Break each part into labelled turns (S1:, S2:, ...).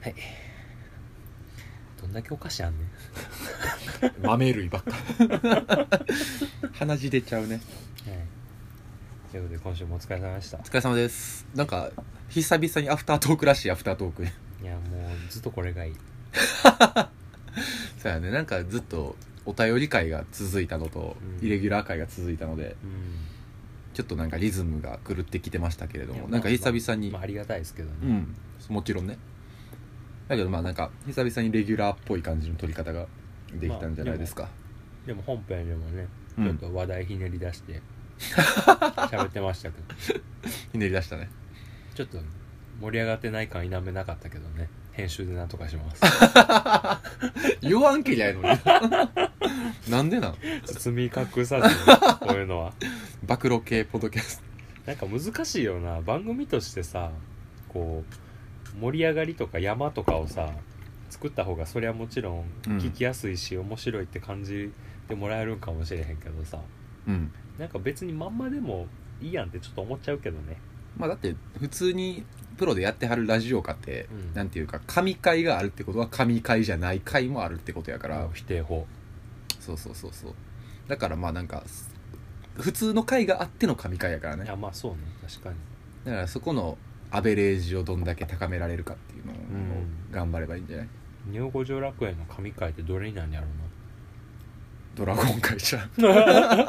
S1: はいどんだけお菓子あんねん
S2: 豆類 ばっか
S3: 鼻血出ちゃうね
S1: はいということで今週もお疲れ様でした
S3: お疲れ様ですなんか久々にアフタートークらしいアフタートーク
S1: いやもうずっとこれがいい
S3: そうやねなんかずっとお便り会が続いたのと、
S1: うん
S3: イレギュラー会が続いたので
S1: うん
S3: ちょっとなんかリズムが狂ってきてましたけれど
S1: いやま
S3: も
S1: あ
S3: なんか久々に、
S1: まあ、ありがたいですけどね、
S3: うんもちろんねだけどまあなんか久々にレギュラーっぽい感じの取り方ができたんじゃないですか、
S1: でも本編でもね
S3: うん
S1: ちょっと話題ひねり出して 喋ってましたけど
S3: ひねり出したね
S1: ちょっと盛り上がってない感否めなかったけどね編集でなんとかし ます
S3: 言わんけりゃいいのに なんでなん
S1: 包み隠さずねこういうのは
S3: 暴露系ポッドキャス
S1: なんか難しいよな番組としてさこう盛り上がりとか山とかをさ作った方がそりゃもちろん
S3: うん
S1: 聞きやすいし、面白いって感じてもらえるんかもしれへんけどさ
S3: トうん
S1: なんか別にまんまでもいいやんってちょっと思っちゃうけどね
S3: まあだって普通にプロでやってはるラジオかって、
S1: うん
S3: なんていうか神回があるってことは神回じゃない回もあるってことやから、
S1: 否定法
S3: そうそうそうそうだからまあなんか普通の回があっての神回やからね
S1: いやまあそうね確かに
S3: だからそこのアベレージをどんだけ高められるかっていうのを
S1: ん
S3: 頑張ればいいんじゃない、
S1: ネオ五条楽園の神回ってどれになるん やろ
S3: ドラゴン会じゃん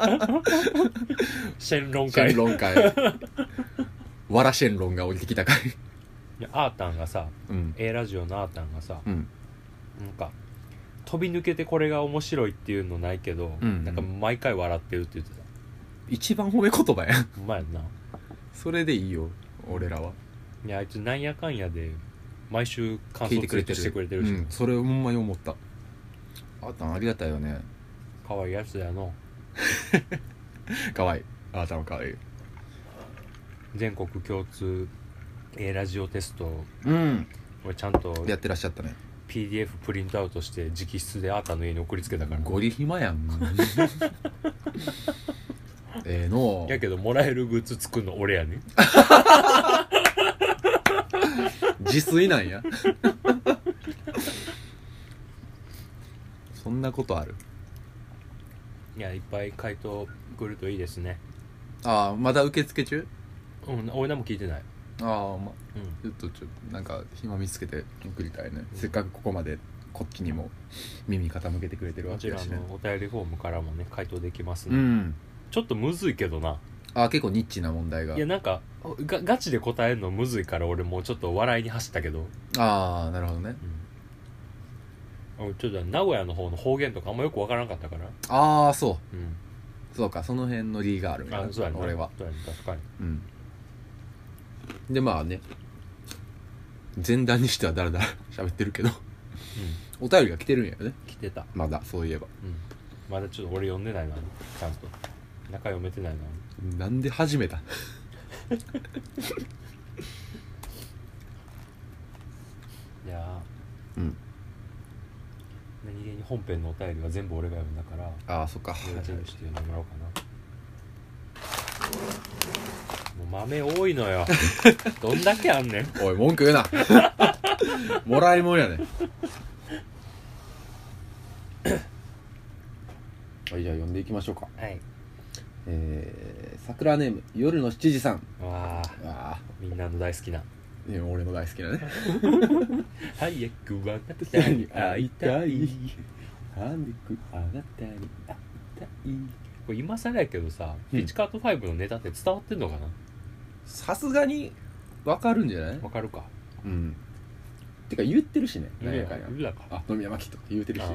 S1: うなシェンロン
S3: シェ
S1: 会
S3: ン
S1: い
S3: ロン会わらシェンロンが降りてきた回
S1: やアータンがさ
S3: うん
S1: A ラジオのアータンがさ
S3: うん
S1: なんか飛び抜けてこれが面白いっていうのないけど、
S3: うんうん
S1: なんか毎回笑ってるって言ってた
S3: 一番褒め言葉やん
S1: うまいな
S3: それでいいよ俺らはい
S1: やあいつなんやかんやで毎週感
S3: 聞い
S1: 想
S3: てく
S1: ツイ
S3: れ
S1: ー
S3: て
S1: ト
S3: る
S1: してくれてるし、
S3: うん、それほんまに思ったあーたんありがたいよね
S1: 可愛いやつだの
S3: かわいいあーたんはかわいい
S1: 全国共通 A ラジオテスト
S3: うん
S1: 俺ちゃんと
S3: やってらっしゃったね
S1: PDF プリントアウトして直筆であーたんの家に送りつけたから
S3: ゴリ暇やん ええの
S1: やけどもらえるグッズ作るの俺やね
S3: 自炊な んやそんなことある
S1: いやいっぱい回答来るといいですね
S3: ああまだ受付中
S1: うん俺何も聞いてない
S3: ああ
S1: う
S3: ま
S1: ん
S3: ちょっとちょっとなんか暇見つけて送りたいね、せっかくここまでこっちにも耳傾けてくれてる
S1: も
S3: わ
S1: ち
S3: け
S1: ろん
S3: だ
S1: あ
S3: しね
S1: のお便りフォームからもね回答できますん
S3: う
S1: で、
S3: ん
S1: ちょっとむずいけどな
S3: ああ結構ニッチな問題が
S1: いやなんかがガチで答えるのむずいから俺もうちょっと笑いに走ったけど、
S3: ああなるほどね
S1: うん、ちょっと名古屋の方の方言とかあんまよくわからなかったから、
S3: ああそ
S1: うん、
S3: うそうかその辺の理があるんや
S1: あ
S3: な
S1: そうやね
S3: 俺は
S1: そうやね確かに
S3: うんでまあね前段にしてはだらだら 喋ってるけどお便りが来てるんやよね
S1: うん来てた、
S3: まだそういえば
S1: うん、まだちょっと俺読んでないなちゃんと中読めてないな
S3: なんで始めた
S1: いや
S3: うん
S1: ー何気に本編のお便りは全部俺が読んだから
S3: ああそっか
S1: 俺が準備して読んでもらおうかなもう豆多いの よどんだけあんねん
S3: おい文句言うな もらいもんやね はいじゃあ呼んでいきましょうか
S1: はい
S3: えー、桜ネーム夜の7時さん
S1: わあ
S3: あ
S1: みんなの大好きな
S3: あいや俺の大好きなね
S1: 早くあなた に会いたい
S3: 早くあなたに会いたい
S1: これ今更やけどさ、
S3: うん
S1: ピッチカート5のネタって伝わってんのかな
S3: さすがにわかるんじゃない
S1: わかるか
S3: うんてか言ってるしね
S1: ゆ
S3: 何
S1: る
S3: や
S1: や
S3: か
S1: か
S3: んや
S1: ゆるやか
S3: あ飲み山きとか言ってるし
S1: あ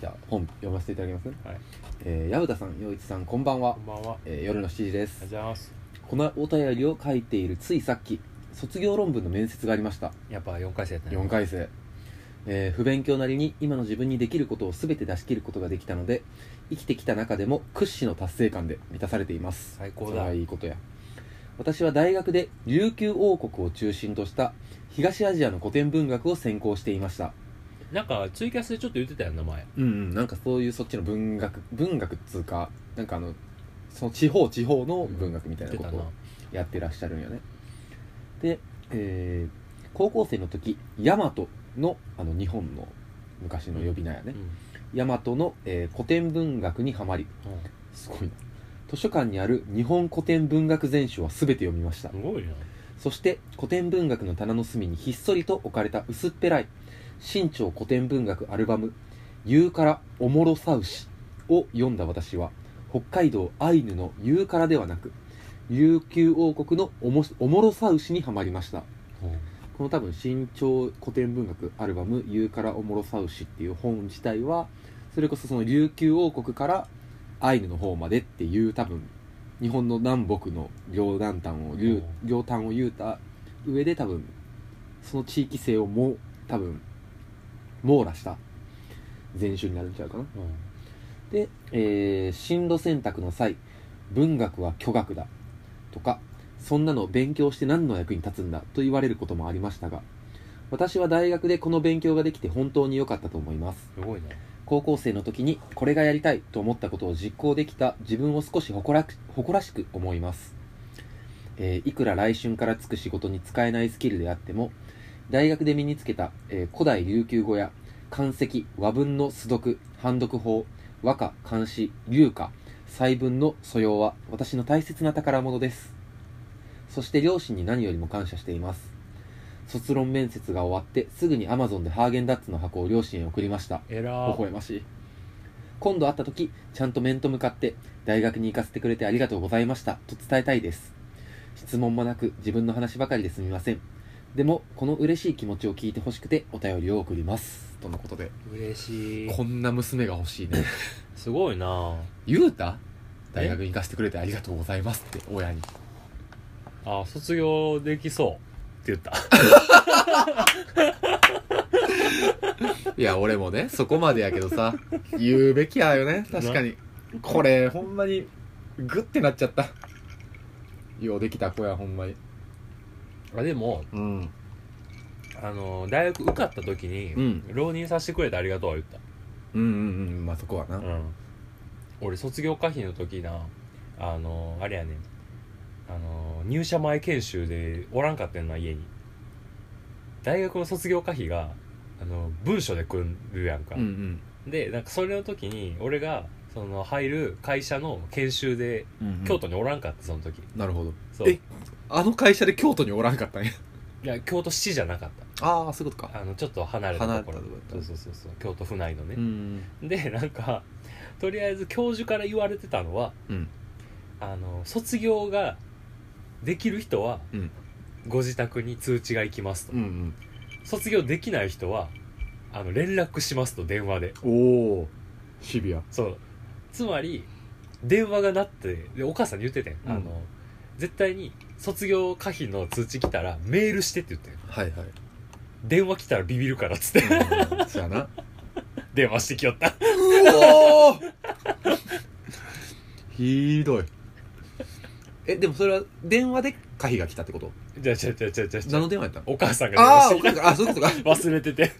S3: じゃあ本読ませていただきますね、
S1: はい
S3: えー、矢田さん陽一さんこんばんは
S1: こんばんは
S3: えー夜の7時で
S1: あ
S3: す
S1: じゃあます
S3: このお便りを書いているついさっき卒業論文の面接がありました
S1: やっぱ4回生やったね
S3: 4回生、えー不勉強なりに今の自分にできることを全て出し切ることができたので生きてきた中でも屈指の達成感で満たされています
S1: 最
S3: そ
S1: 高
S3: れ
S1: だ
S3: はいいことや私は大学で琉球王国を中心とした東アジアの古典文学を専攻していました
S1: なんかツイキャスでちょっと言ってたやん名前
S3: うんうんなんかそういうそっちの文学文学っつうかなんかあのその地方地方の文学みたい
S1: 言って
S3: なこ
S1: た
S3: と
S1: な
S3: をやってらっしゃるんよねで、えー高校生の時ヤマトのあの日本の昔の呼び名やね、ヤマトの、えー古典文学にはまり
S1: うん
S3: すごいな図書館にある日本古典文学全集は全て読みました
S1: すごいな
S3: そして古典文学の棚の隅にひっそりと置かれた薄っぺらい新潮古典文学アルバム「ユーカラおもろさうし」を読んだ私は北海道アイヌのユーカラではなく琉球王国のおもおもろさうしにはまりましたこの多分新潮古典文学アルバム「ユーカラおもろさうし」っていう本自体はそれこそその琉球王国からアイヌの方までっていう多分日本の南北の両南端を言う両端を言うた上で多分その地域性をもう多分網羅した全集になるんちゃうかな
S1: うん
S3: で、えー進路選択の際文学は巨額だとかそんなの勉強して何の役に立つんだと言われることもありましたが私は大学でこの勉強ができて本当に良かったと思います
S1: すごいな
S3: 高校生の時にこれがやりたいと思ったことを実行できた自分を少し誇らく誇らしく思います、えーいくら来春からつく仕事に使えないスキルであっても大学で身につけた、えー古代琉球語や漢石和文の素読判読法和歌漢詩流歌細文の素養は私の大切な宝物ですそして両親に何よりも感謝しています卒論面接が終わってすぐに Amazon でハーゲンダッツの箱を両親へ送りました
S1: えら
S3: 微
S1: ー
S3: 笑ましい今度会った時ちゃんと面と向かって大学に行かせてくれてありがとうございましたと伝えたいです質問もなく自分の話ばかりですみませんでもこの嬉しい気持ちを聞いてほしくてお便りを送ります
S2: とのことで
S1: 嬉しい
S2: こんな娘が欲しい ね
S1: すごいな
S2: 言うた大学に行かせてくれてありがとうございますって親に
S1: あ卒業できそうって言った
S2: いや俺もねそこまでやけど さ言うべきやよね確かにこれほんまにグッてなっちゃったようできた子やほんまに
S1: あでも
S2: うん
S1: あの大学受かった時に、
S2: うん
S1: 浪人させてくれてありがとうは言った
S2: うんうんうんまあそこはな
S1: うん、俺卒業可否の時なあのあれやねんあの入社前研修でおらんかったんな家に大学の卒業可否があの文書で来るやんか、
S2: うん
S1: でなんかそれの時に俺がその入る会社の研修で
S2: うん
S1: 京都におらんかったその時、
S2: なるほど
S1: そう
S2: えあの会社で京都におらんかったんや
S1: いや京都市じゃなかっ
S2: ああそういうこと
S1: た
S2: か
S1: あのちょっと離れたところ
S2: 離れたとこやっ
S1: そう
S2: た
S1: そうそうそう京都府内のね、
S2: ん
S1: でなんかとりあえず教授から言われてたのは、
S2: うん
S1: あの卒業ができる人は、
S2: うん
S1: ご自宅に通知が行きますと、
S2: うん
S1: 卒業できない人はあの連絡しますと電話で
S2: うんおおシビア
S1: そうつまり電話が鳴ってでお母さんに言っててん、
S2: うん
S1: あの絶対に卒業可否の通知来たらメールしてって言ってん
S2: はいはい
S1: 電話来たらビビるからっつって
S2: そうやな
S1: 電話してきよった
S2: うおひどいえでもそれは電話で可否が来たってこと
S1: じゃあじゃあじゃあじゃあじゃあじゃ
S2: 何
S1: あ
S2: の電話やったの
S1: お母さんが電話
S2: あ
S1: し
S2: あ
S1: てきた
S2: ーあそういうことか
S1: 忘れてて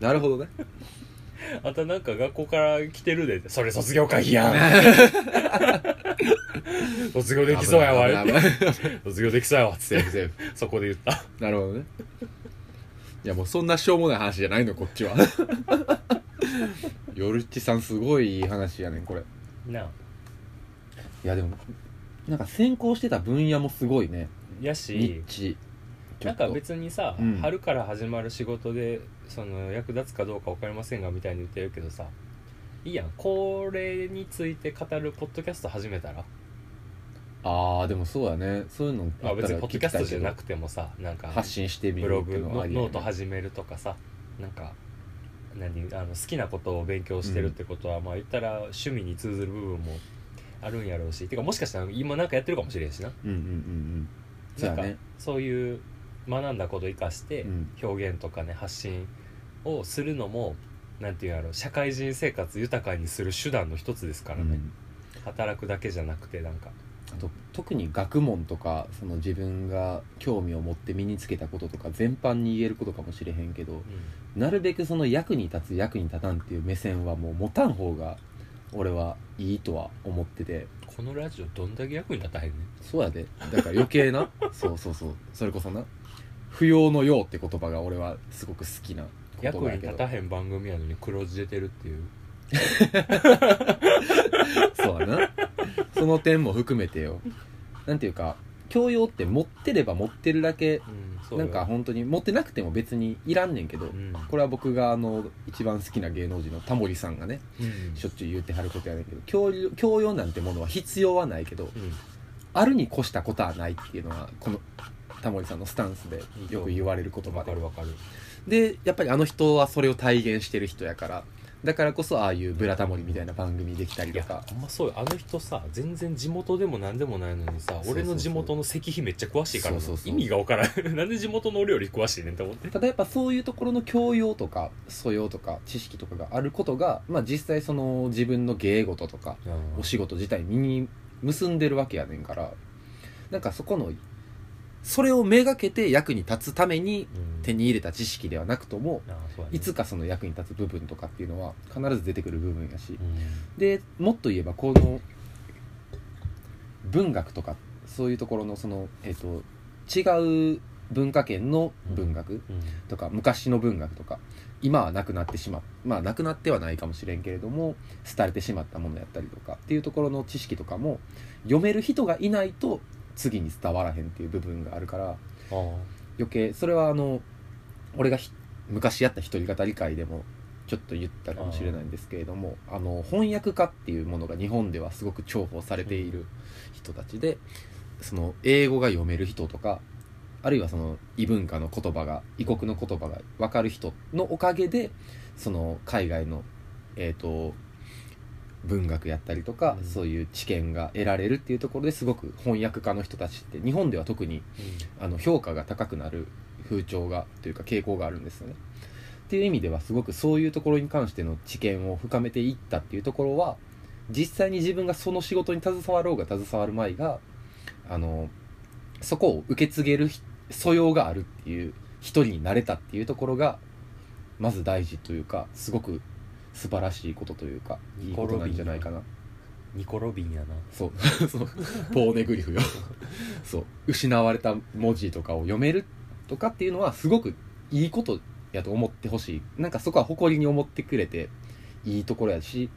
S2: なるほどね
S1: あとなんか学校から来てるでってそれ卒業会 費やん卒業できそうやわ言うて
S2: 危 ない危ない
S1: 卒業できそうやわっつ
S2: セー
S1: っ
S2: フセーフ
S1: てそこで言った
S2: なるほどねいやもうそんなしょうもない話じゃないのこっち はヨルチさんすごいいい話やねんこれ
S1: なあ
S3: いやでもなんか専攻してた分野もすごいね
S1: や
S3: ニ
S1: し
S3: ッチちょ
S1: なん
S3: っと
S1: か別にさ、
S2: うん
S1: 春から始まる仕事でその役立つかどうか分かりませんがみたいに言ってるけどさいいやんこれについて語るポッドキャスト始めたら
S3: ああでもそうだねそういうの
S1: まあ別にポッドキャストじゃな
S3: く
S1: くてもさなんか
S3: 発信してみ
S1: ブ
S3: る
S1: ロ
S3: って
S1: グ
S3: いう
S1: の
S3: のはありや
S1: ノ
S3: ね
S1: ート始めるとかさなんか何あの好きなことを勉強してるってことは、まあ言ったら趣味に通ずる部分もあるんやろうしてかもしかしたら今なんかやってるかもしれんしな
S3: うんうんうんうんそ
S1: な
S3: うや
S1: んか
S3: ね
S1: そういう学んだことを生かして
S3: うん
S1: 表現とかね発信をするのもなんていうんやろ社会人生活豊かにする手段の一つですから
S3: う
S1: ね、
S3: ん
S1: 働くだけじゃなくてなんか
S3: あと特に学問とかその自分が興味を持って身につけたこととか全般に言えることかもしれへんけどなるべくその役に立つ役に立たんっていう目線はもう持たん方が俺はいいとは思ってて
S1: このラジオどんだけ役に立たへんねん
S3: そうやでだから余 計なそうそうそうそれこそな「不要の用」って言葉が俺はすごく好きな言
S1: 役
S3: 葉
S1: に
S3: やけ
S1: 立
S3: ど
S1: たへん番組やのに黒字出てるっていう
S3: そうやなその点も含めてよなんていうか教養って持ってれば持ってるだけ
S1: うんそう
S3: な
S1: よ
S3: んか本当に持ってなくても別にいらんねんけど、
S1: うん
S3: これは僕があの一番好きな芸能人のタモリさんがね
S1: うん
S3: しょっちゅう言ってはることやねんけど教養教養なんてものは必要はないけど
S1: うん
S3: あるに越したことはないっていうのはこのタモリさんのスタンスでよく言われる言葉
S1: わ
S3: で
S1: かるわかる
S3: でやっぱりあの人はそれを体現してる人やからだからこそああいう「ブラタモリ」みたいな番組できたり
S1: い
S3: と
S1: や
S3: か
S1: ほんまそうよあの人さ全然地元でも何でもないのにさ
S3: そうそうそう
S1: 俺の地元の石碑めっちゃ詳しいからな
S3: そうそうそう
S1: 意味が分からん なんで地元のお料理詳しいねんって思って
S3: ただやっぱそういうところの教養とか素養とか知識とかがあることが、まあ、実際その自分の芸事とかお仕事自体身に結んでるわけやねんからなんかそこのそれをめがけて役に立つために
S1: うん
S3: 手に入れた知識ではなくとも
S1: あそうやね
S3: いつかその役に立つ部分とかっていうのは必ず出てくる部分やし
S1: うん
S3: でもっと言えばこの文学とかそういうところのその、えっと違う文化圏の文学
S1: うん
S3: とか、昔の文学とか今はなくなってしまっまあなくなってはないかもしれんけれども廃れてしまったものやったりとかっていうところの知識とかも読める人がいないと次に伝わらへんっていう部分があるから
S1: ああ
S3: 余計それはあの俺がひ昔やった一人語り会でもちょっと言ったかもしれないんですけれどもあの翻訳家っていうものが日本ではすごく重宝されている人たちでその英語が読める人とかあるいはその異文化の言葉が異国の言葉が分かる人のおかげでその海外の、えー、と文学やったりとか、
S1: うん
S3: そういう知見が得られるっていうところですごく翻訳家の人たちって日本では特にあの評価が高くなる風潮がというか傾向があるんですよね。っていう意味ではすごくそういうところに関しての知見を深めていったっていうところは実際に自分がその仕事に携わろうが携わる前があのそこを受け継げるひ素養があるっていう一人になれたっていうところがまず大事というかすごく素晴らしいことというかいいことなんじゃないかな
S1: ニコロビンやな
S3: そうそう ポーネグリフよ そう失われた文字とかを読めるとかっていうのはすごくいいことやと思ってほしいなんかそこは誇りに思ってくれていいところやし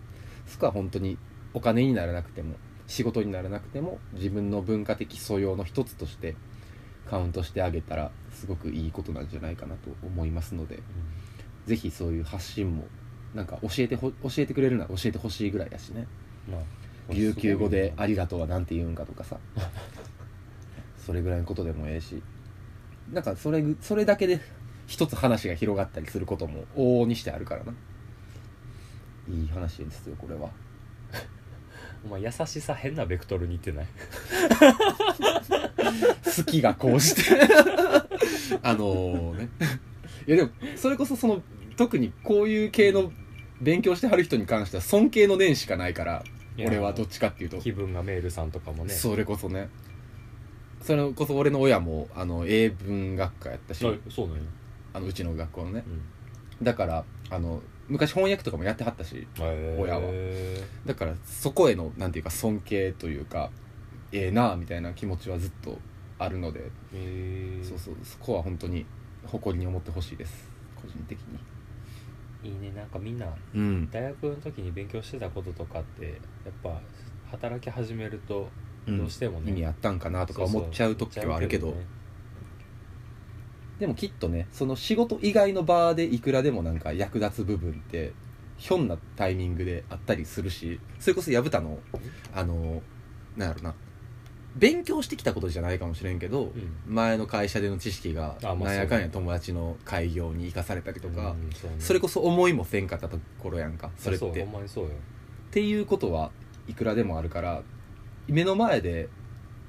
S3: そこは本当にお金にならなくても仕事にならなくても自分の文化的素養の一つとしてカウントしてあげたらすごくいいことなんじゃないかなと思いますのでぜひそういう発信もなんか教えてほ教えてくれるなら教えてほしいぐらいやしね
S1: な
S3: 琉球語で「あ
S1: り
S3: りがとう」はなんて言うんかとかさ それぐらいのことでもええしなんかそれぐそれだけで一つ話が広がったりすることも往々にしてあるからないい話ですよこれは
S1: お前優しさ変なベクトルにいってない
S3: 好きがこうして あのね いやでもそれこそその特にこういう系の勉強してはる人に関しては尊敬の念しかないから俺はどっちかっていうと
S1: 気分がメールさんとかもね
S3: それこそねそれこそ俺の親もあの英文学科やったし、
S1: あそうなんや
S3: あのうちの学校のね
S1: うん
S3: だからあの昔翻訳とかもやってはったし親は
S1: へー
S3: だからそこへのなんていうか尊敬というかええなあみたいな気持ちはずっとあるので、
S1: へー
S3: そうそうそこは本当に誇りに思ってほしいです個人的に
S1: いいねなんかみんな
S3: うん
S1: 大学の時に勉強してたこととかってやっぱ働き始めるとどうしてもね、
S3: 意味あったんかなとか思っちゃう時はあるけど
S1: そうそう
S3: でもきっとねその仕事以外の場でいくらでもなんか役立つ部分ってひょんなタイミングであったりするしそれこそ薮田のあのなんやろな勉強してきたことじゃないかもしれんけ
S1: 思
S3: ど、
S1: っちゃうけどね
S3: 前の会社での知識が
S1: あまあ
S3: なんやかんや
S1: そう
S3: 友達の開業に生かされたりと
S1: うん、
S3: か、
S1: うんそうね
S3: それこそ思いもせんかったところやんかそれって
S1: うほんまにそうよ
S3: っていうことはいくらでもあるから目の前で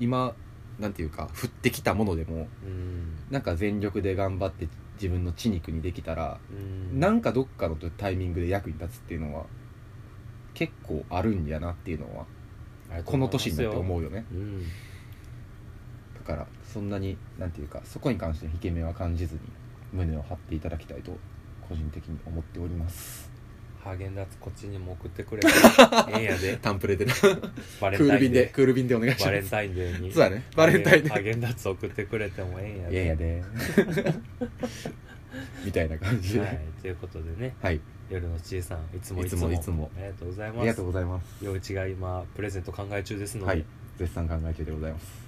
S3: 今なんていうか降ってきたものでも
S1: うん、
S3: なんか全力で頑張って自分の血肉にできたら
S1: うん、
S3: なんかどっかのタイミングで役に立つっていうのは結構あるんやなっていうのは
S1: あれ
S3: この年になって思
S1: う、
S3: うよね
S1: うん、
S3: だからそんなになんていうかそこに関しての引け目は感じずに胸を張っていただきたいと個人的に思っております
S1: ハーゲンダッツこっちにも送って くれたらええんやで
S3: タンプレでな
S1: バレ
S3: ク
S1: ン
S3: ー
S1: タ
S3: ル
S1: イ
S3: 便
S1: ン
S3: で
S1: デ
S3: クール便でお願い
S1: ー
S3: し
S1: バレ
S3: ま
S1: ン
S3: す
S1: タインデーに
S3: そうだねバレンタインデ
S1: ハー
S3: ー
S1: ゲンダッツ送ってくれてもええんやで
S4: ええんやで
S3: みたいな感じで
S1: は
S3: はい
S1: い、ということでね
S3: はい
S1: 夜のちいさんいつもい
S3: い
S1: つ
S3: つ
S1: も
S3: もいつも
S1: ありがとうござい
S4: あ
S1: ま
S4: りがと
S1: す
S4: うございます
S1: 陽一が今プレゼント考え中ですので、
S4: はい
S3: 絶賛考え中でございます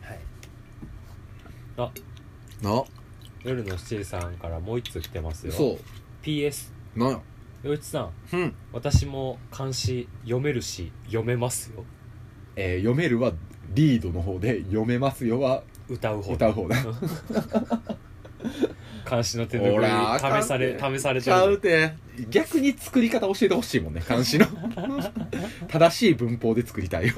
S1: はい
S3: な
S1: 夜の七時さんからもう一通来てますよ
S3: そ
S1: PS
S3: うなんや
S1: 陽一さん
S3: うん
S1: 私も漢詩読めるし読めますよ
S3: えー読めるはリードの方で読めますよは
S1: 歌う方
S3: 歌 う方だ
S1: 監視の手拭
S3: ほらあかん
S1: い
S3: て
S1: 試され試され
S3: ち
S1: て
S3: ゃう
S1: る
S3: て逆に作り方教えてほしいもんね漢 詩の正しい文法で作りたいよ、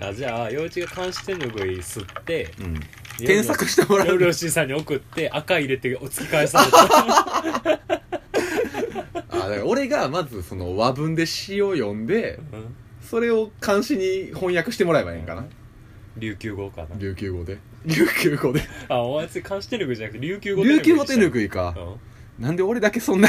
S1: あじゃあ陽一が監視手拭い吸って
S3: うん、添削してもら
S1: 夜
S3: う
S1: の七時さんに送って赤入れてお突き返された
S3: あだから俺がまずその和文で詩を読んで
S1: うん
S3: それを漢詩に翻訳してもらえばいいんかな
S1: 琉球語かな
S3: 琉球語で琉球語で
S1: あお前監視手拭いじゃなくて琉球語
S3: 琉球語手ぬ
S1: い
S3: ぐいか
S1: うん
S3: なんで俺だけそんな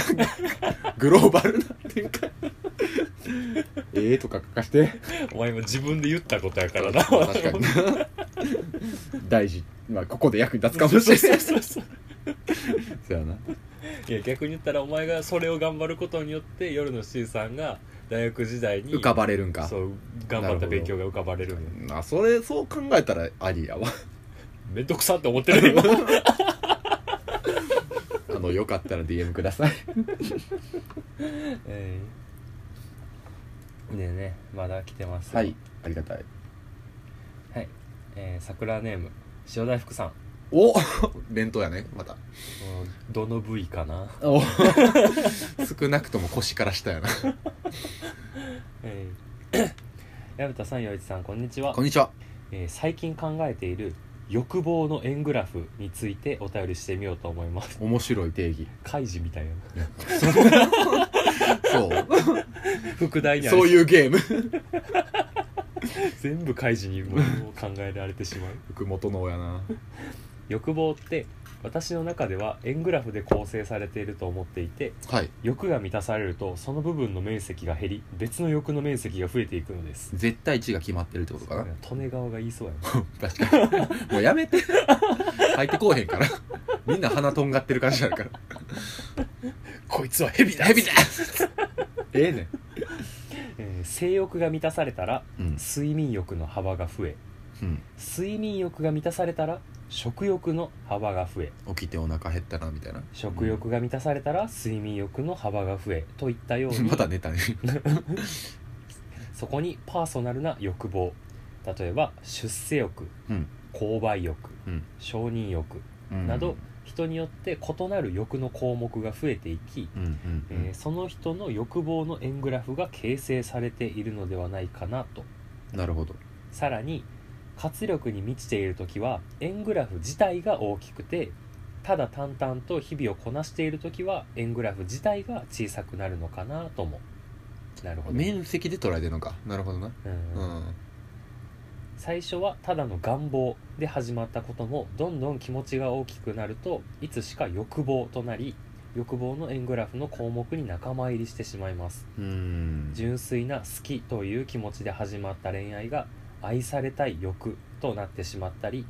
S3: グローバルな展開 ええとか書かして
S1: お前今自分で言ったことやからな
S3: 確 かに大事まあここで役に立つかもしれない
S1: そうそうそうそう
S3: そうやない
S1: や逆に言ったらお前がそれを頑張ることによって夜の C さんが大学時代に
S3: 浮かばれるんか
S1: そう頑張った勉強が浮かばれるんや
S3: あそれそう考えたらありや わ
S1: めんどくさって思って るよ
S3: あのよかったら DM ください
S1: ええねえねまだ来てますよ
S3: はいありがたい
S1: はい、えー、桜ネーム塩大福さん
S3: お弁当やねまた
S1: うんどの部位かな、
S3: お 少なくとも腰から下 やな
S1: ええ 矢部田さん陽一さんこんにちは
S3: こんにちは
S1: えー最近考えている欲望の円グラフについてお便りしてみようと思います
S3: 面白い定義
S1: 開示みたいな
S3: そう
S1: 副題にある
S3: そういうゲーム
S1: 全部開示にもう考えられてしまう
S3: 福本のやな
S1: 欲望って私の中では円グラフで構成されていると思っていて
S3: はい
S1: 欲が満たされるとその部分の面積が減り別の欲の面積が増えていくのです
S3: 絶対値が決まってるってことかな
S1: 利根川が言いそうやな
S3: 確かに もうやめて入ってこうへんからみんな鼻とんがってる感じになるから
S1: こいつは蛇だ
S3: ヘビだええね
S1: えー性欲が満たされたら
S3: んうん
S1: 睡眠欲の幅が増え
S3: うん
S1: 睡眠欲が満たされたら食欲の幅が増え
S3: 起きてお腹減ったなみたいな
S1: 食欲が満たされたら睡眠欲の幅が増えといったように
S3: まだ寝たね
S1: そこにパーソナルな欲望例えば出世欲、
S3: うん
S1: 購買欲、
S3: うん
S1: 承認欲など、人によって異なる欲の項目が増えていき、
S3: うんうんうん
S1: えーその人の欲望の円グラフが形成されているのではないかなと
S3: なるほど
S1: さらに活力に満ちている時は円グラフ自体が大きくてただ淡々と日々をこなしている時は円グラフ自体が小さくなるのかなともなるほど、
S3: 面積で捉えてるのかなるほどな
S1: うん
S3: うん
S1: 最初はただの願望で始まったこともどんどん気持ちが大きくなるといつしか欲望となり欲望の円グラフの項目に仲間入りしてしまいます
S3: うん
S1: 純粋な好きという気持ちで始まった恋愛が愛されたい欲となってしまったり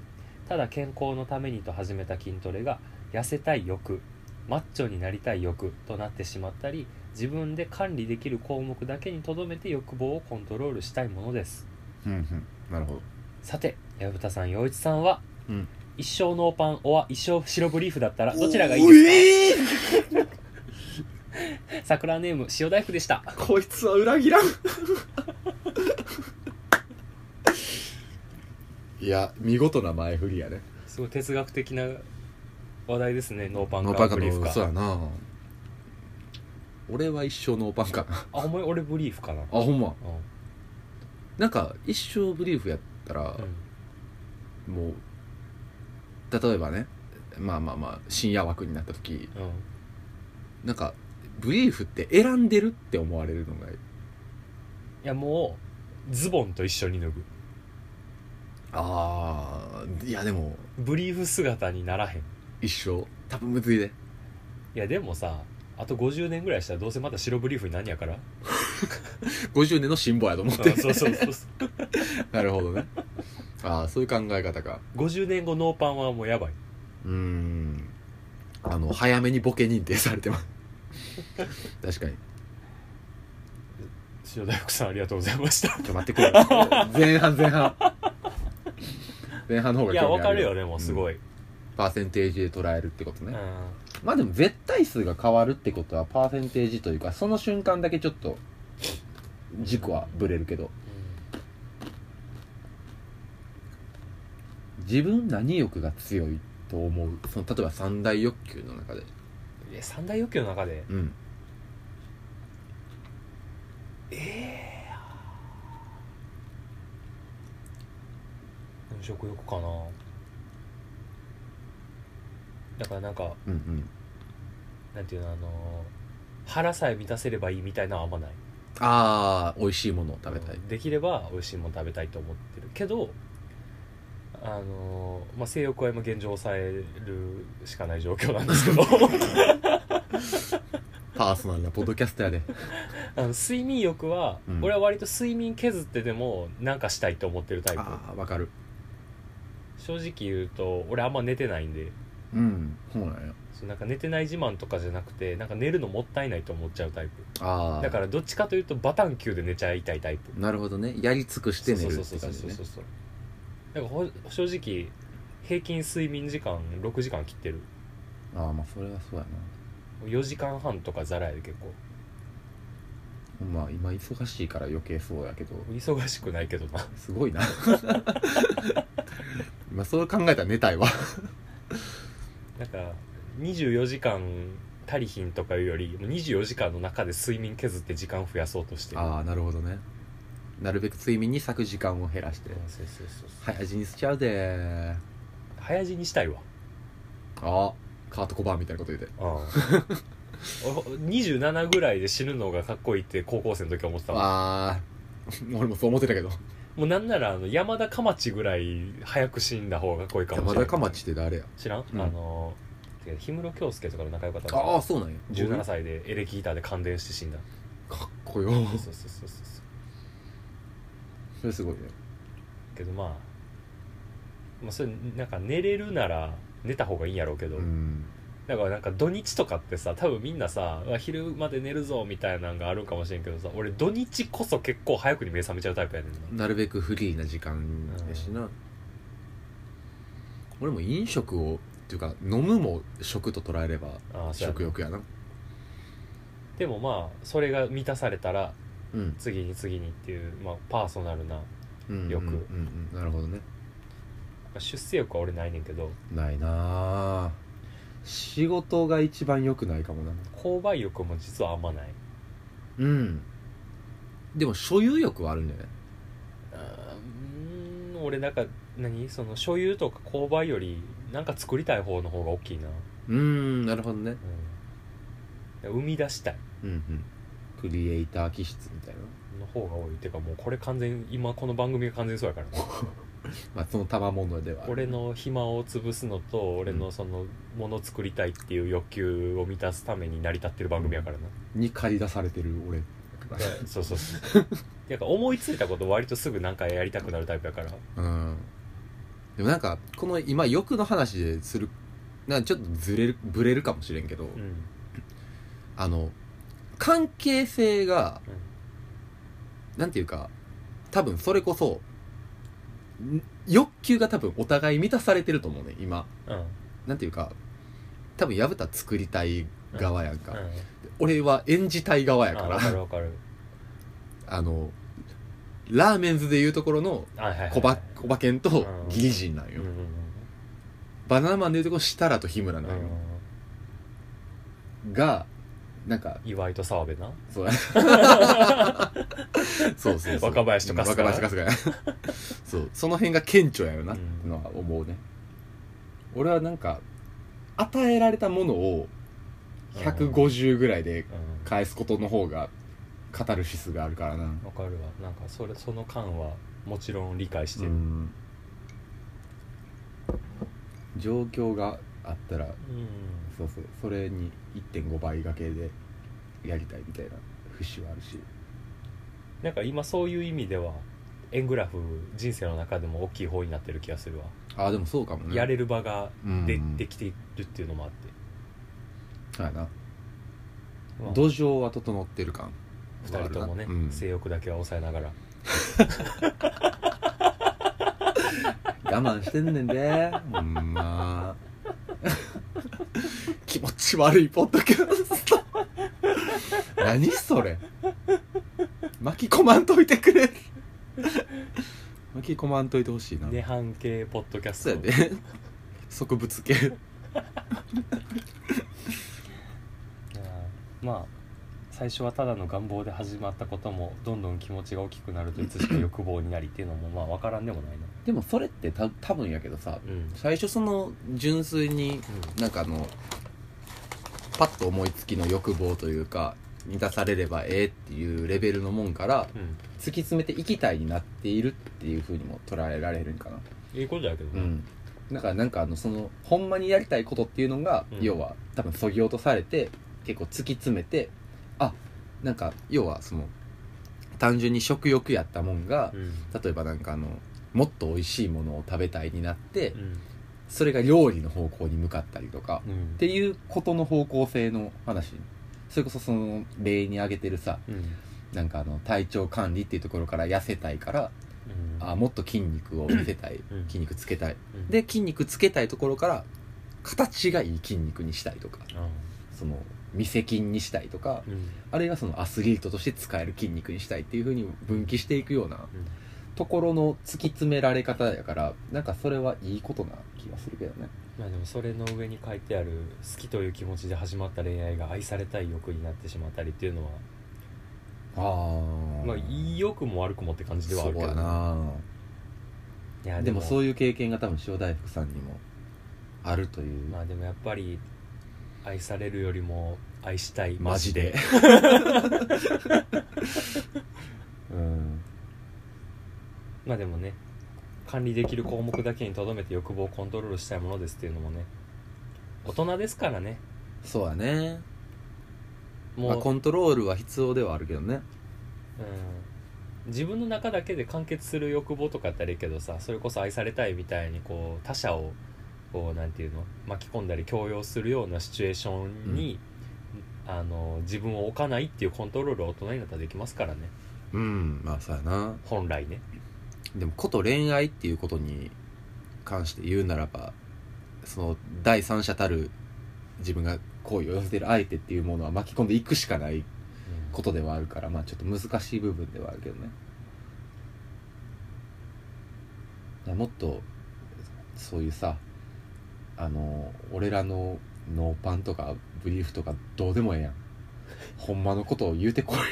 S1: ただ健康のためにと始めた筋トレが痩せたい欲マッチョになりたい欲となってしまったり自分で管理できる項目だけにとどめて欲望をコントロールしたいものです
S3: うんうんなるほど
S1: さて矢蓋さん陽一さんは、
S3: うん
S1: 一生ノーパンおは一生白ブリーフだったらどちらがいいです
S3: すか
S1: か桜ネーム塩大福でした
S3: こいつは裏切らん いや見事な前振りやね
S1: すごい哲学的な話題ですねノーパン
S3: ノー
S1: か
S3: パンか
S1: ブリーフ
S3: の
S1: か
S3: そうやな俺は一生ノーパンかな
S1: あお前俺ブリーフかな
S3: あほんま
S1: うん
S3: なんか一生ブリーフやったら
S1: う、ん
S3: もう例えばねまあまあまあ深夜枠になった時
S1: うん
S3: なんかブリーフって選んでるって思われるのが
S1: いやもうズボンと一緒に脱ぐ
S3: ああいやでも
S1: ブリーフ姿にならへん
S3: 一生多分むずいで
S1: いやでもさあと50年ぐらいしたらどうせまた白ブリーフになんやから
S3: 50年の辛抱やと思っ
S1: そ
S3: て
S1: うそうそうそう
S3: なるほどねああそういう考え方か
S1: 50年後ノーパンはもうやばいう
S3: ーんあの早めにボケ認定されてます確かに
S1: 塩大福さんありがとうございま した
S3: ちょ待ってくれ前半前半前半の方が
S1: い
S3: 興味あ
S1: やわかるよねもうす
S3: い、
S1: ごい、
S3: パーセンテージで捉えるってこと
S1: う
S3: ね、
S1: ん
S3: まあでも絶対数が変わるってことはパーセンテージというかその瞬間だけちょっと軸はブレるけど自分何欲が強いと思うその例えば三大欲求の中で
S1: いや三大欲求の中で
S3: うん
S1: 食欲かなだからなんか
S3: うんうん
S1: なんていうのあの腹さえ満たせればいいみたいなのはあんまない
S3: ああ美味しいものを食べたい
S1: できれば美味しいもの食べたいと思ってるけどあのまあ、性欲は今現状抑えるしかない状況なんですけ ど
S3: パーソナルなポッドキャストやで
S1: あの睡眠欲は、
S3: うん
S1: 俺は割と睡眠削ってでもなんかしたいと思ってるタイプ
S3: ああわかる
S1: 正直言うと俺あんま寝てないんで
S3: うんそうなんや
S1: そうなんか寝てない自慢とかじゃなくてなんか寝るのもったいないと思っちゃうタイプ
S3: ああ
S1: だからどっちかというとバタン級で寝ちゃいたいタイプ
S3: なるほどねやり尽くして寝る
S1: そう
S3: っ
S1: そ
S3: て
S1: うそ
S3: 感
S1: う
S3: じ
S1: そう
S3: ね
S1: そうそうだからほ正直平均睡眠時間6時間切ってる
S3: ああまあそれはそうやな
S1: 4時間半とかざらやで結構
S3: まあ今忙しいから余計そうや けど
S1: 忙しくないけどな
S3: すごい な今そう考えたら寝たいわ
S1: なんか24時間足りひんとかいうよりもう24時間の中で睡眠削って時間増やそうとしてる
S3: ああなるほどねなるべく睡眠に割く時間を減らして
S1: うんそうそうそうそう
S3: 早死にしちゃうでー
S1: 早死にしたいわ
S3: あカートコバーンみたいなこと言うて
S1: うん 俺27ぐらいで死ぬのがかっこいいって高校生の時は思ってたもん
S3: ああ 俺もそう思ってたけど
S1: もうなんならあの山田かまちぐらい早く死んだ方がかっこいいかもしれ
S3: 山
S1: ない
S3: 田かまちって誰や
S1: 知らん、
S3: うん
S1: あのてか氷室京介とかの仲良かったの
S3: ああそうなんや
S1: 17歳でエレキギターで感電して死んだ
S3: かっこよ
S1: そうそうそうそうそう
S3: それすごいね
S1: けどまあまあそれなんか寝れるなら寝た方がいいんやろうけど、
S3: うん
S1: だからなんか土日とかってさ多分みんなさうわ昼まで寝るぞみたいなのがあるかもしれんけどさ俺土日こそ結構早くに目覚めちゃうタイプやねんな
S3: なるべくフリーな時間やしな、俺も飲食をっていうか飲むも食と捉えれば
S1: ああそうやな
S3: 食欲やな
S1: でもまあそれが満たされたら
S3: うん
S1: 次に次にっていう、まあ、パーソナルな、ま
S3: うん
S1: 欲
S3: うんうんうんなるほどね
S1: あ出世欲は俺ないねんけど
S3: ないなあ仕事が一番良くないかもな
S1: 購買欲も実はあんまない
S3: うんでも所有欲はあるんじゃない
S1: あーうーん俺なんか何その所有とか購買よりなんか作りたい方の方が大きいな、
S3: うーんなるほどね
S1: うん、生み出したい
S3: うんうんクリエイター気質みたいな
S1: の方が多いてかもうこれ完全今この番組が完全にそうやからな
S3: まあその賜物ではある
S1: 俺の暇を潰すのと俺のそのもの作りたいっていう欲求を満たすために成り立ってる番組やからな、
S3: に駆り出されてる俺
S1: そうそうそうなんか思いついたこと割とすぐなんかやりたくなるタイプやから
S3: うんでもなんかこの今欲の話でするなんかちょっとずれるぶれるかもしれんけど、
S1: うん
S3: あの関係性が、なんていうか多分それこそん欲求が多分お互い満たされてると思うね今
S1: うん
S3: なんていうか多分薮田作りたい側やんか、
S1: うん
S3: 俺は演じたい側や
S1: あ
S3: か
S1: わからるわかる
S3: あのラーメンズでいうところの
S1: あはいはいはい
S3: 小ば小馬犬と
S1: うん
S3: ギリ人なん
S1: うん
S3: よ、
S1: うんうん
S3: バナナマンでいうとこ設楽と日村なんよ、
S1: う
S3: がなんか
S1: ん、岩井と澤部な
S3: そ うそうそうそう
S1: 若林と春日
S3: うん若林と春日そうその辺が顕著やよな
S1: う
S3: っ
S1: ん
S3: てのは思うね、俺はなんか与えられたものを150ぐらいで
S1: うん
S3: 返すことの方がカタルシスがあるからな
S1: わかるわなんかそれその感はもちろん理解して
S3: う
S1: る、
S3: ん状況があったら
S1: うん
S3: そうそうそれに1.5倍掛けでやりたいみたいな節はあるし
S1: なんか今そういう意味では円グラフ人生の中でも大きい方になってる気がするわ、
S3: ああでもそうかもね
S1: やれる場がで,、
S3: うん
S1: できてるっていうのもあって、
S3: はいな
S1: まあ
S3: 土壌は整ってる感
S1: 二人ともね、
S3: うん
S1: 性欲だけは抑えながら
S3: 我慢してんねん でほん ま
S2: 気持ち悪いポッドキャス ト何それ巻き込まんといてく れ巻き込まんといてほしいな、
S1: 涅槃系ポッドキャ
S2: そう
S1: ス
S2: や
S1: ト、
S2: で 植物系
S1: うんまあ最初はただの願望で始まったこともどんどん気持ちが大きくなるといつしか欲望になりっていうのもまあ分からんでもないな
S3: でもそれってた多分やけどさ
S1: うん
S2: 最初その純粋になんかあのパッと思いつきの欲望というか満たされればええっていうレベルのもんから
S1: うん、うん、
S3: 突き詰めていきたいになっているっていうふうにも捉えられるんかな
S1: ええことやけど
S3: う
S1: ね、
S3: んだからなんかあのそのほんまにやりたいことっていうのが、
S1: うん
S3: 要は多分そぎ落とされて結構突き詰めてあなんか要はその単純に食欲やったもんが
S1: うん
S3: 例えばなんかあのもっと美味しいものを食べたいになって
S1: うん
S3: それが料理の方向に向かったりとか
S1: うん
S3: っていうことの方向性の話それこそその例に挙げてるさ
S1: うん
S3: なんかあの体調管理っていうところから痩せたいから
S1: うん
S3: あもっと筋肉を見せたい
S1: うん
S3: 筋肉つけたい
S1: うん
S3: で筋肉つけたいところから形がいい筋肉にしたいとかその未施筋にしたいとか
S1: うんうん
S3: あるいはそのアスリートとして使える筋肉にしたいっていう風に分岐していくような
S1: うん
S3: ところの突き詰められ方やからなんかそれはいいことな気がするけどね
S1: まあでもそれの上に書いてある好きという気持ちで始まった恋愛が愛されたい欲になってしまったりっていうのは、
S3: ああ
S1: まあ良くも悪くもって感じではあ
S3: そう
S1: るけど
S3: やない
S1: や
S3: でもそう
S1: い
S3: いう経験が多分塩大福さんにもあるという、
S1: まあでもやっぱり愛されるよりも愛したい
S3: マジでうん
S1: まあでもね管理できる項目だけにとどめて欲望をコントロールしたいものですっていうのもね大人ですからね
S3: そうやねまあ、
S1: もう、
S3: コントロールは必要ではあるけどね
S1: うん、自分の中だけで完結する欲望とかやったらいいけどさそれこそ愛されたいみたいにこう他者をこうなんていうの巻き込んだり強要するようなシチュエーションに、あの自分を置かないっていうコントロールは大人になったらできますからね
S3: うんまあそうやな
S1: 本来ね
S3: でもこと恋愛っていうことに関して言うならばその第三者たる自分が好意を寄せてる相手っていうものは巻き込んでいくしかないことではあるからまあちょっと難しい部分ではあるけどねだからもっとそういうさあの俺らのノーパンとかブリーフとかどうでもええやんほんまのことを言うてこいよ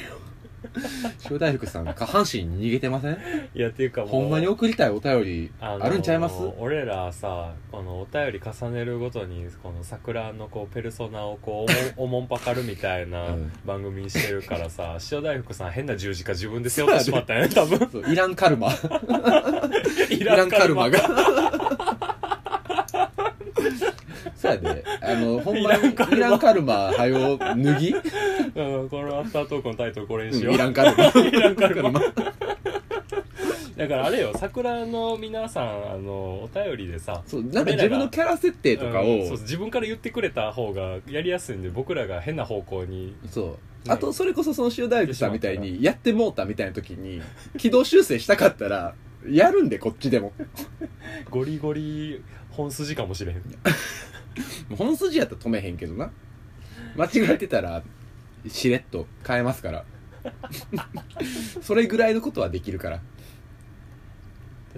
S3: 塩大福さん下半身逃げてません
S1: いやっていうかもう
S3: ほんまに送りたいお便り
S1: あの
S3: あるんちゃいます
S1: 俺らさこのお便り重ねるごとにこの桜のこうペルソナをこうおもおもんぱかるみたいな
S3: うん
S1: 番組にしてるからさ塩大福さん変な十字架自分で背負ってしまったよね 多分
S3: そうイランカルマ
S1: イ
S3: イランカルマが そうやであのほんまに
S1: イランカルマ
S3: イランカルマはよ脱ぎ
S1: うんこのアフタートークのタイトルこれにしよ
S3: う
S1: う、
S3: んイランカルマ
S1: イランカルマだからあれよ桜の皆さんあのお便りでさ
S3: そうなんか自分のキャラ設定とかを、
S1: うんそう
S3: そう
S1: 自分から言ってくれた方がやりやすいんで僕らが変な方向に
S3: あとそれこそその塩大福さんみたいにやってもうたみたいな時に軌道修正したかったらやるんでこっちでも
S1: ゴリゴリ本筋かもしれん
S3: もう本筋やったら止めへんけどな間違えてたらしれっと変えますから それぐらいのことはできるから
S1: だ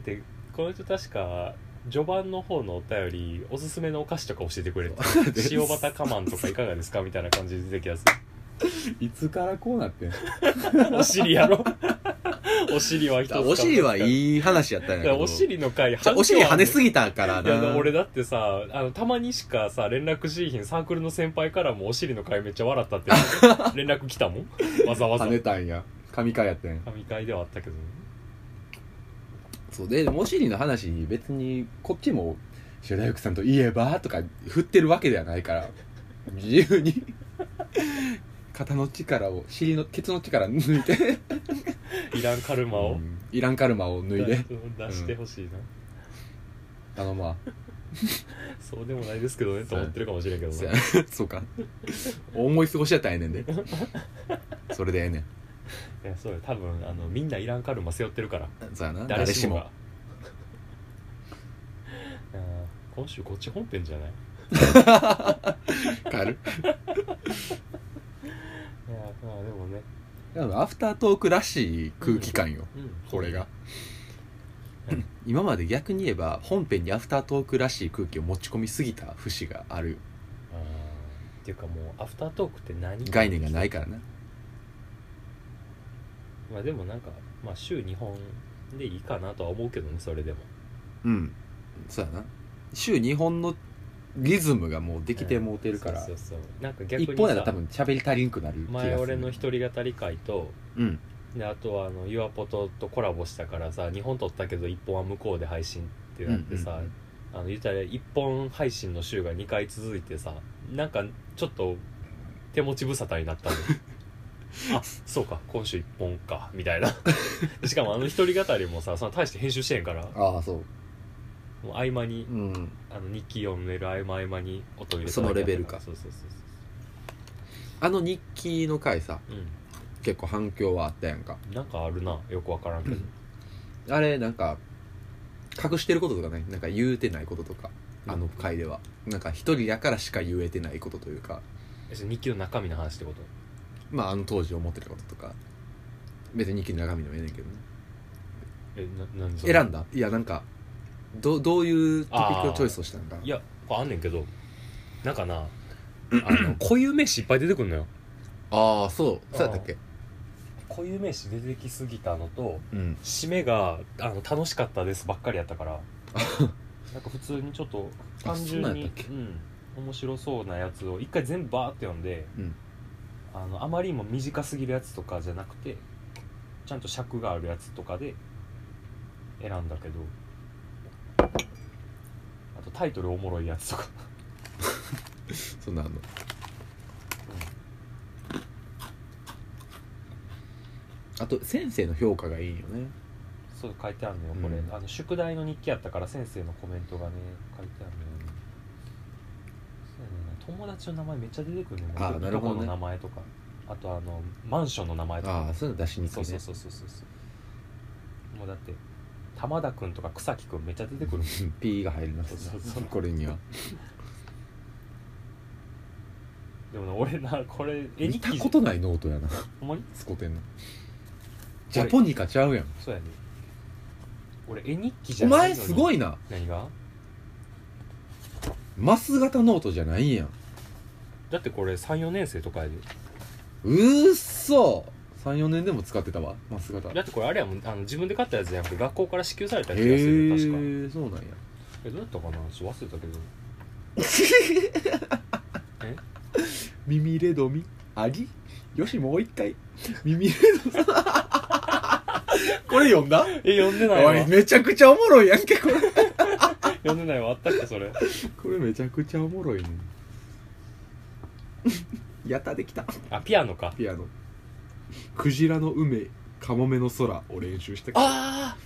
S1: ってこの人確か序盤の方のお便りおすすめのお菓子とか教えてくれて 塩バタカマンとかいかがですかみたいな感じで出てきやす
S3: いつからこうなってん
S1: お尻やろお尻は一つ
S3: お尻
S1: い
S3: はいい話やったんやけど
S1: お尻の回
S3: ちょお尻跳ねす
S1: ぎ
S3: ぎたから
S1: いやだ
S3: な
S1: 俺だってさあのたまにしかさ連絡しいひんサークルの先輩からもお尻の回めっちゃ笑ったって 連絡来たもんわざわざ
S3: 跳ねたんや神回やったんや
S1: 神回ではあったけどね
S3: そうででもお尻の話別にこっちも白田由紀さんといえばとか振ってるわけではないから自由に肩の力を尻のケツの力抜い て、
S1: いらんカルマ
S3: う
S1: を
S3: んイランカルマを脱いで
S1: 出してほしいな、
S3: あのまあ
S1: そうでもないですけどねと思ってるかもしれんけど
S3: そや
S1: な
S3: そうか思い過ごしやったらええねんでそれでええねん
S1: いやそうよ多分あのみんないらんカルマ背負ってるから
S3: そうやな
S1: 誰しも
S3: 誰
S1: が いやー今週こっち本編じゃない
S3: しもが軽い
S1: いやーまあでもね
S3: でもアフタートークらしい空気感よ、
S1: うん
S3: これが、
S1: うん
S3: 今まで逆に言えば本編にアフタートークらしい空気を持ち込みすぎた節がある
S1: あーっていうかもうアフタートークって何
S3: 概念がないからな
S1: まあでもなんか、まあ、週2本でいいかなとは思うけどねそれでも
S3: うんそうやな週2本のリズムがもうできてもうてるから、
S1: そうそうそうなんか逆に
S3: 一
S1: さ
S3: 本やったら多分喋り足りんくなる気がする
S1: 前俺の一人語り会と
S3: うん
S1: であとはあのユアポトとコラボしたからさ2本撮ったけど1本は向こうで配信ってなってさ、
S3: うんうんうん
S1: あの言ったら1本配信の週が2回続いてさなんかちょっと手持ち無沙汰にな ったのあそうか今週1本かみ たいなしかもあの一人語りもさその大して編集してへんからも
S3: ああそう
S1: う合間に
S3: うん
S1: あの日記読める合間合間に音入れただけやから
S3: そのレベルか
S1: そうそうそう
S3: あの日記の回さ
S1: そう
S3: 結構反響はあったやんか
S1: うんなんかあるなよくわからんけど
S3: あれなんか隠してることとかねなんか言うてないこととか
S1: うん
S3: あの回では、なんか一人やからしか言えてないことというか
S1: えそれ日記の中身の話ってこと
S3: まああの当時思ってたこととか別に日記の中身でもええねんけどね
S1: えな何それ
S3: 選んだいやなんかどどういうトピックのチョイスをしたんだ
S1: いやこれあんねんけどなんか なあの固有名詞いっぱい出てくるのよ
S3: ああそうそうやったっけ
S1: 固有名詞出てきすぎたのと
S3: うん
S1: 締めがあの楽しかったですばっかりやったから なんか普通にちょっと単純
S3: あそんなん
S1: に
S3: やったっけ
S1: うん、面白そうなやつを一回全部バーって読んで、
S3: うん
S1: あのあまりにも短すぎるやつとかじゃなくてちゃんと尺があるやつとかで選んだけどあとタイトルおもろいや つとか
S3: そんなあのあと先生の評価がいいよね
S1: そう書いてあるのよこれ、
S3: うん
S1: あの宿題の日記やったから先生のコメントがね書いてあるのよ、ね、そうやねんな友達の名前めっちゃ出てくるね
S3: あーなるほど
S1: いと
S3: ね
S1: この名前とかあとあのマンションの名前とか
S3: ああそういうの出しにくい
S1: そ
S3: ね
S1: うそうそうそうそうもうだって玉田君とか草木君めっちゃ出てくるもん
S3: P が入ります
S1: そうそうそう
S3: これには
S1: でもな俺なこれ絵
S3: 見
S1: 日
S3: た
S1: 記
S3: ことないノートやな
S1: ほんまに
S3: スコテンのジャポニカちゃうやん
S1: そうやね俺絵日記じ
S3: お
S1: ゃない
S3: 前
S1: のに
S3: すご
S1: い
S3: いな
S1: 何が
S3: マス型ノートじゃないやん
S1: だってこれ34年生とかやで
S3: うっそ34年でも使ってたわマス型
S1: だってこれあれやもんあの自分で買ったやつじゃなくて学校から支給された
S3: へ
S1: やつやする確か
S3: えそうなんや
S1: えどうやったかなちょっと忘れたけど
S3: 耳レドミありよしもう一回耳レドさんこれ読んだ
S1: え読んでない
S3: お
S1: わ
S3: いめちゃくちゃおもろいやんけこれ
S1: 読んでないわあったっけそれ
S3: これめちゃくちゃおもろいねやったできた
S1: あピアノか
S3: ピアノクジラの梅カモメの空を練習した
S1: あ
S3: あ
S1: あ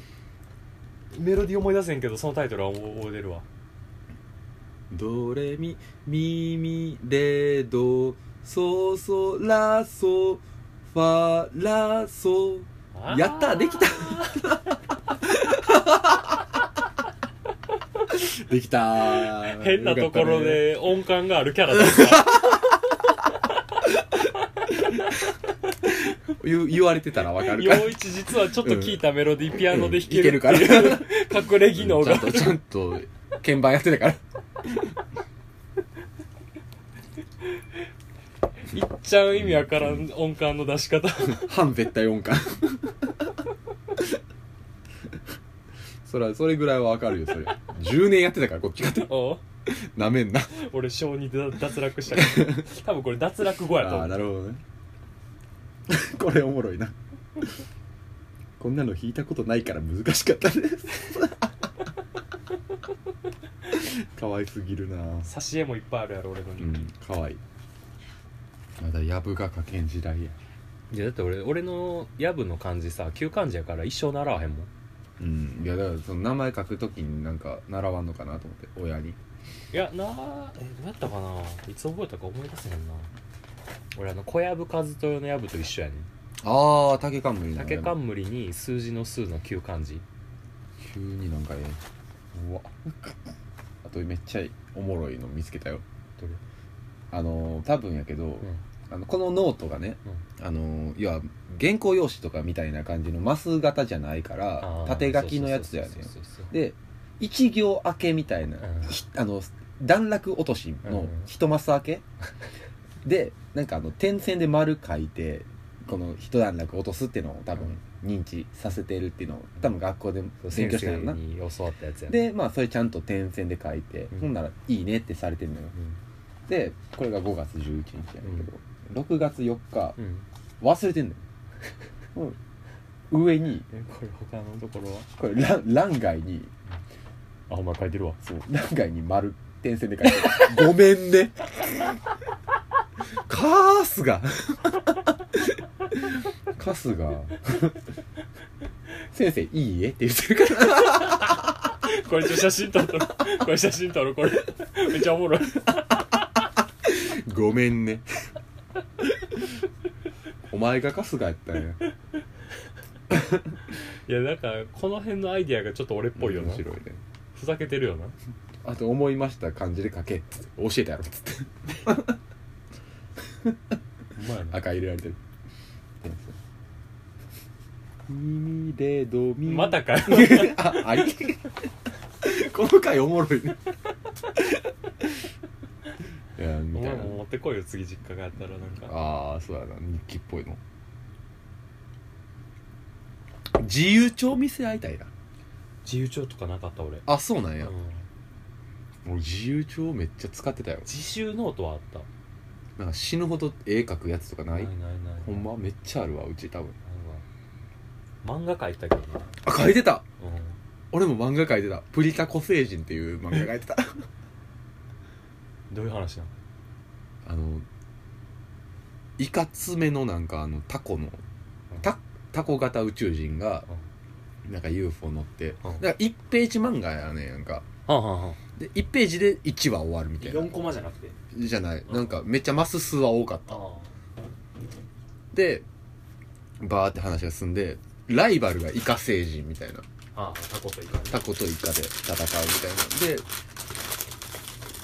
S1: メロディー思い出せんけどそのタイトルは覚覚えてるわ
S3: ドレミミミレドソソラソファラソ
S1: あー
S3: やったでき たできたー
S1: 変なところ
S3: よ
S1: で音感があるキャラだった
S3: かったね言う言われてたらわかるから
S1: 陽一実はちょっと聞いたメロディーピアノで弾けるって
S3: うん
S1: い
S3: 弾
S1: う隠れ技能
S3: ち
S1: が
S3: ゃんとちゃんと鍵盤やってたから
S1: いっちゃう意味わからん音感の出し方
S3: 反絶対音感それはそれぐらいはわかるよそれ10年やってたからこっちがって
S1: おう
S3: なめんな
S1: 俺小2で脱落したから 多分これ脱落後やと
S3: あ
S1: 思
S3: あ
S1: う
S3: なるほどね これおもろいなこんなの弾いたことないから難しかったです かわいすぎるな
S1: 挿絵もいっぱいあるやろ俺のに、
S3: うんかわいいまだやぶが書けん時代や
S1: いやだって俺俺のヤブの漢字さ旧漢字やから一生習わへんもん
S3: うんいやだからその名前書くときになんか習わんのかなと思って親に
S1: いやなあえどうやったかないつ覚えたか思い出せへんな俺あの小籔和豊の藪と一緒やねん
S3: ああ竹冠
S1: 竹冠に数字の数の旧漢字
S3: 急になんかええうわあとめっちゃおもろいの見つけたよ
S1: どれ
S3: あのー多分やけど、あのこのノートがね、あのー要は原稿用紙とかみたいな感じのマス型じゃないか
S1: あ
S3: ら
S1: ー
S3: 縦書きのやつやねん
S1: そうそうそうそう
S3: で一行明けみたいな、
S1: うん
S3: ひあの段落落とし
S1: う
S3: の
S1: ん
S3: 一マス明け、でなんかあの点線で丸書いてこの一段落落とすっていうのを多分認知させてるっていうのを多分学校で
S1: そう
S3: 勉
S1: 先
S3: 強した
S1: 生
S3: んやろな
S1: に教わったやつやねん
S3: でまあそれちゃんと点線で書いて、
S1: うん
S3: ほんなら「いいね」ってされてるのよでこれが5月11日やねんけど、6月4日
S1: うん、うん
S3: 忘れてんのよ、うん上に
S1: えこれ他のところは
S3: これ欄欄外に
S1: あお前書いてるわ
S3: そう欄外に丸点線で書いてるごめんねカースがカスが先生いいえって言ってるから
S1: これちょ写真撮るこれ写真撮るこれめっちゃおもろい
S3: ごめんねお前がカスがやったんや
S1: いやなんかこの辺のアイディアがちょっと俺っぽいよな
S3: 面白いね
S1: ふざけてるよな
S3: あと思いました感じで書けっつって教えたやろっつって
S1: お前やな
S3: 赤入れられてる耳でドミ
S1: またかよ
S3: ああいこの回おもろいねいや
S1: お
S3: みた
S1: 前
S3: いな
S1: も持ってこいよ次実家がやったらなんか
S3: ああそうだな日記っぽいの自由帳見せ合いたいな
S1: 自由帳とかなかった俺、
S3: あそうなんや
S1: う、ん
S3: 俺自由帳めっちゃ使ってたよ
S1: 自習ノートはあった
S3: なんか死ぬほど絵描くやつとかない、
S1: ないないない
S3: ほんまめっちゃあるわうち多分
S1: なんか漫画描いたけどな、
S3: あ書いてた
S1: うん
S3: 俺も漫画描いてた「プリタコ星人」っていう漫画描いてた
S1: どういう話なの
S3: あのいかつめのなんかあのタコのタタコ型宇宙人がなんか UFO 乗って
S1: うん
S3: なんか1ページ漫画やねなんか
S1: はんはんはん
S3: で1ページで1話終わるみたいな
S1: コマじゃなくて
S3: じゃないなんかめっちゃマス数は多かった
S1: あ
S3: でバーって話が進んでライバルがイカ星人みたいな
S1: あタコとイカね
S3: タコとイカで戦うみたいなで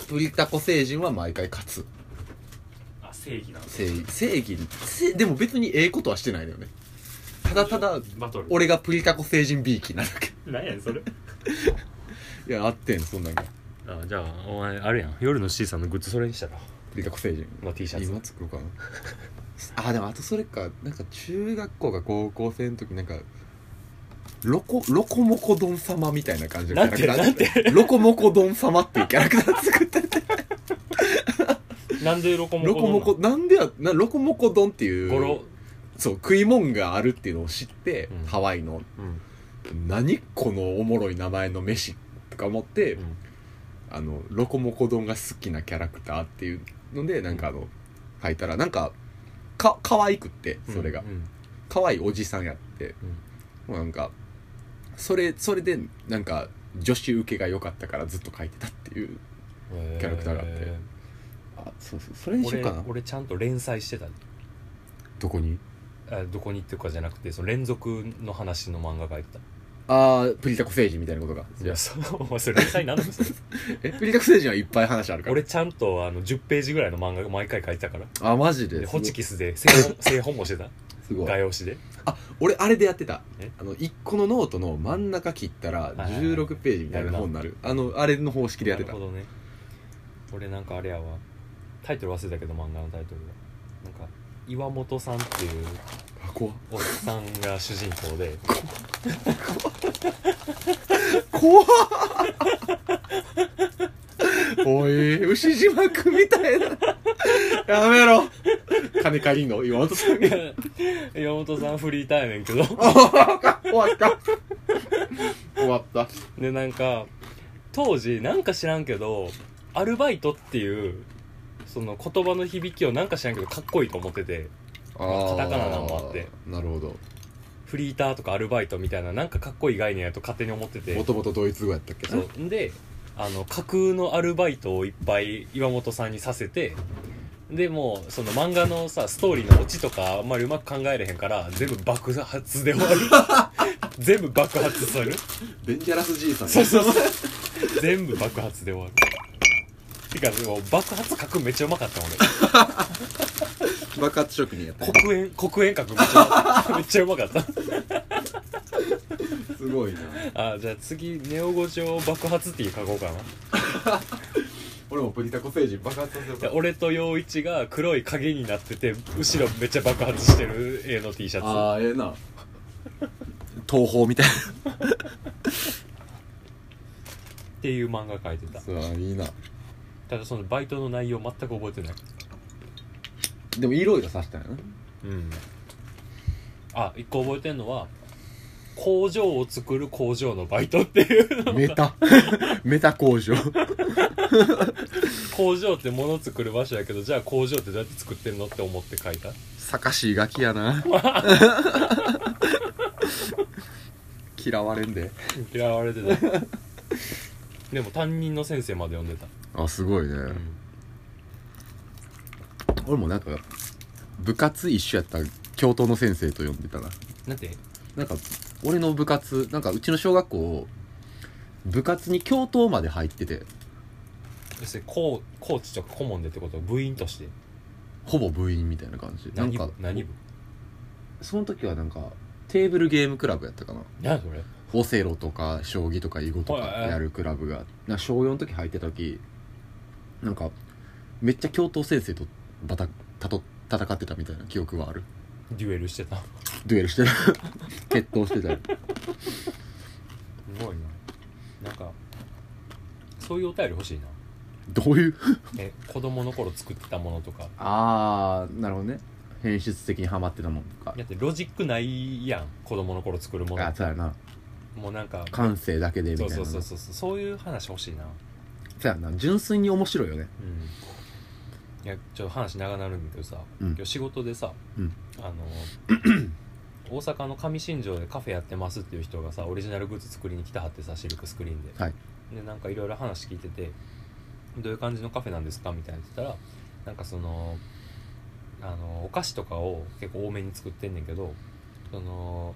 S3: プリタコ星人は毎回勝つ
S1: あ正義なの
S3: 正義正義せでも別にええことはしてないのよねただただ
S1: バトル
S3: 俺がプリタコ星人 B 期なだけ
S1: 何やねんそれ
S3: いやあってんそんなんが
S1: あじゃあお前あれやん夜の C さんのグッズそれにしたら、
S3: プリタコ星人
S1: まあ、T シャツ
S3: 今作ろうかなあでもあとそれかなんか中学校か高校生の時なんかロコロコモコ丼様みたいな感じのキャラクタ
S1: な
S3: ー
S1: んて
S3: ロコモコ丼様っていうキャラクター作ってて
S1: なんで ロコモコ
S3: ロコモコなんでやなロコモコ丼っていう
S1: ゴロ、
S3: そう食い物があるっていうのを知って、
S1: うん
S3: ハワイの
S1: うん
S3: 何このおもろい名前の飯とか思って、あのロコモコ丼が好きなキャラクターっていうのでなんかあの書いたらなんかか可愛くってそれが、
S1: うん
S3: 可愛いおじさんやって、もうなんかそれそれでなんか女子受けが良かったからずっと書いてたっていう
S1: うん
S3: キャラクターがあって
S1: え
S3: あそうそうそれ
S1: ー俺俺ちゃんと連載してた
S3: どこに
S1: あどこにっていうかじゃなくてその連続の話の漫画描いて
S3: ああプリタコ星人みたいなことが
S1: たいやそうお前それ連載なんだそれ
S3: えプリタコ星人はいっぱい話あるから
S1: 俺ちゃんとあの10ページぐらいの漫画毎回描いてたから
S3: あマジです
S1: で
S3: ごい
S1: ホチキスで製本 製本もしてた
S3: すごい
S1: 画用紙で
S3: あ俺あれでやってた
S1: え
S3: あの1個のノートの真ん中切ったら
S1: いはいはい
S3: 16ページみたいな本になるあのあれの方式でやってた
S1: なるほどね俺なんかあれやわタイトル忘れたけど漫画のタイトルがなんか岩本さんっていう
S3: あ怖っ
S1: おっさんが主人公で
S3: 怖っおい牛島君みたいなやめろ金借りんの岩本さ んが
S1: 岩本さんフリーターやねんけど
S3: 終わった終わった
S1: でなんか当時なんか知らんけどアルバイトっていうその言葉の響きをなんか知らんけどかっこいいと思ってて
S3: あー
S1: カタカナなんもあって
S3: なるほど
S1: フリーターとかアルバイトみたいななんかかっこいい概念やと勝手に思ってて
S3: もともとドイツ語やったっけ
S1: そうであの架空のアルバイトをいっぱい岩本さんにさせてでもうその漫画のさストーリーのオチとかあんまりうまく考えれへんから全部爆発で終わる全部爆発する
S3: デンジャラス爺さん
S1: そうそうそう 全部爆発で終わるてかもう爆発角めっちゃうまかった
S3: 爆発職人やった
S1: 俺黒煙黒煙角めっちゃうまめっちゃうまかった
S3: すごいな
S1: あじゃあ次ネオ五条爆発っていう書こうかない
S3: 俺もプリタコ星人爆発させよう
S1: や俺と陽一が黒い影になってて後ろめっちゃ爆発してる A の T シャツ
S3: ああええな東宝みたい
S1: っていう漫画書いてた
S3: なあいいな
S1: ただそのバイトの内容全く覚えてない
S3: でもいろいろさしたんやな
S1: うんあ一個覚えてんのは工場を作る工場のバイトっていう
S3: メ タメタ工場
S1: 工場って物作る場所やけどじゃあ工場ってどうやって作ってんのって思って書いた
S3: 坂しガキやな嫌われんで
S1: 嫌われてた でも担任の先生まで読んでた、
S3: あすごいね、
S1: うん
S3: 俺もなんか部活一緒やった教頭の先生と呼んでたな
S1: なんて
S3: なんか俺の部活なんかうちの小学校部活に教頭まで入ってて
S1: 要するにコーコーチとか顧問でってこと部員として
S3: ほぼ部員みたいな感じなん
S1: 何
S3: か
S1: 部何部
S3: その時はなんかテーブルゲームクラブやったかな
S1: 何それ
S3: オセロとか将棋とか囲碁とか
S1: はいはい
S3: やるクラブがなんか小4の時入ってた時なんかめっちゃ教頭先生とバタたと戦ってたみたいな記憶はある
S1: デュエルしてたす
S3: デュエル してる決闘してたよ
S1: ごいななんかそういうお便り欲しいな
S3: どういう
S1: え子供の頃作ってたものとか
S3: ああなるほどね変質的にハマってたもんか
S1: だってロジックないやん子供の頃作るもの
S3: あそうやな
S1: もうなんか
S3: 感性だけでみた
S1: そ
S3: いうな
S1: そうそうそう
S3: そ
S1: そうそういう話欲しいな
S3: うやな純粋に面白いよね
S1: うんいやちょっと話長なるんだけどさ、
S3: うん
S1: 今日仕事でさ、
S3: うん
S1: あの大阪の上新庄でカフェやってますっていう人がさオリジナルグッズ作りに来たはってさシルクスクリーンで、
S3: はい
S1: でなんかいろいろ話聞いてて「どういう感じのカフェなんですか?」みたいな言ってたらなんかそのあのお菓子とかを結構多めに作ってんねんけどその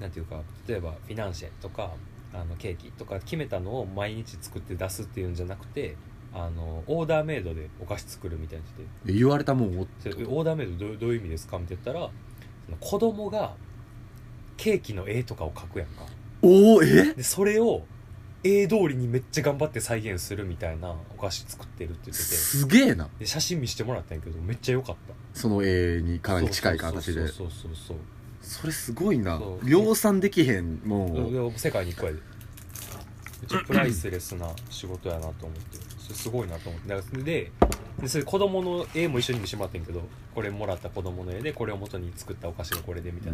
S1: なんていうか例えばフィナンシェとかあのケーキとか決めたのを毎日作って出すっていうんじゃなくてあのオーダーメイドでお菓子作るみたいにして
S3: 言われたもんを
S1: それオーダーメイドどういうどういう意味ですかみたいな言ったらその子供がケーキの絵とかを描くやんか
S3: おおえ
S1: でそれを絵通りにめっちゃ頑張って再現するみたいなお菓子作ってるって言ってて
S3: すげえな
S1: で写真見してもらったんやけどめっちゃ良かった
S3: その絵にかなり近い形で
S1: そうそうそう
S3: それすごいな
S1: そう
S3: 量産できへんも
S1: そうそう
S3: う
S1: いや世界に1個やでめっちゃプライスレスな仕事やなと思ってそれすごいなと思ってだからででそれ子供の絵も一緒に見せてもらってんけどこれもらった子供の絵でこれを元に作ったお菓子がこれでみたい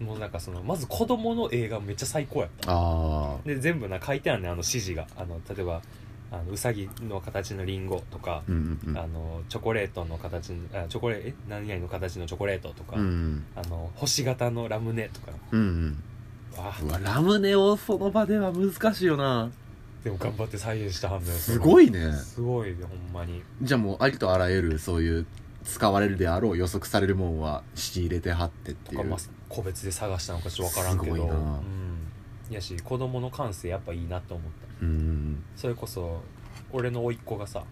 S1: な、もうなんかそのまず子供の絵がめっちゃ最高やった
S3: あ
S1: で全部な書いてあるねんあの指示があの例えばあのうさぎの形のリンゴとか
S3: あ、うんうんうん
S1: あのチョコレートの形のあチョコレえ何々の形のチョコレートとか、
S3: うん
S1: あの星型のラムネとか
S3: うん
S1: わあ
S3: うんうわラムネをその場では難しいよな
S1: でも頑張って再現したはずだよ
S3: すご
S1: い
S3: いね
S1: すごいねほんまに
S3: じゃあもうありとあらゆるそういう使われるであろう予測されるもんは仕入れてはってって
S1: と
S3: い
S1: か、
S3: う
S1: まあ、個別で探したのかちょっと分からんけど
S3: すごいな
S1: うん、やし子供の感性やっぱいいなと思った
S3: うん
S1: それこそ俺の甥っ子がさ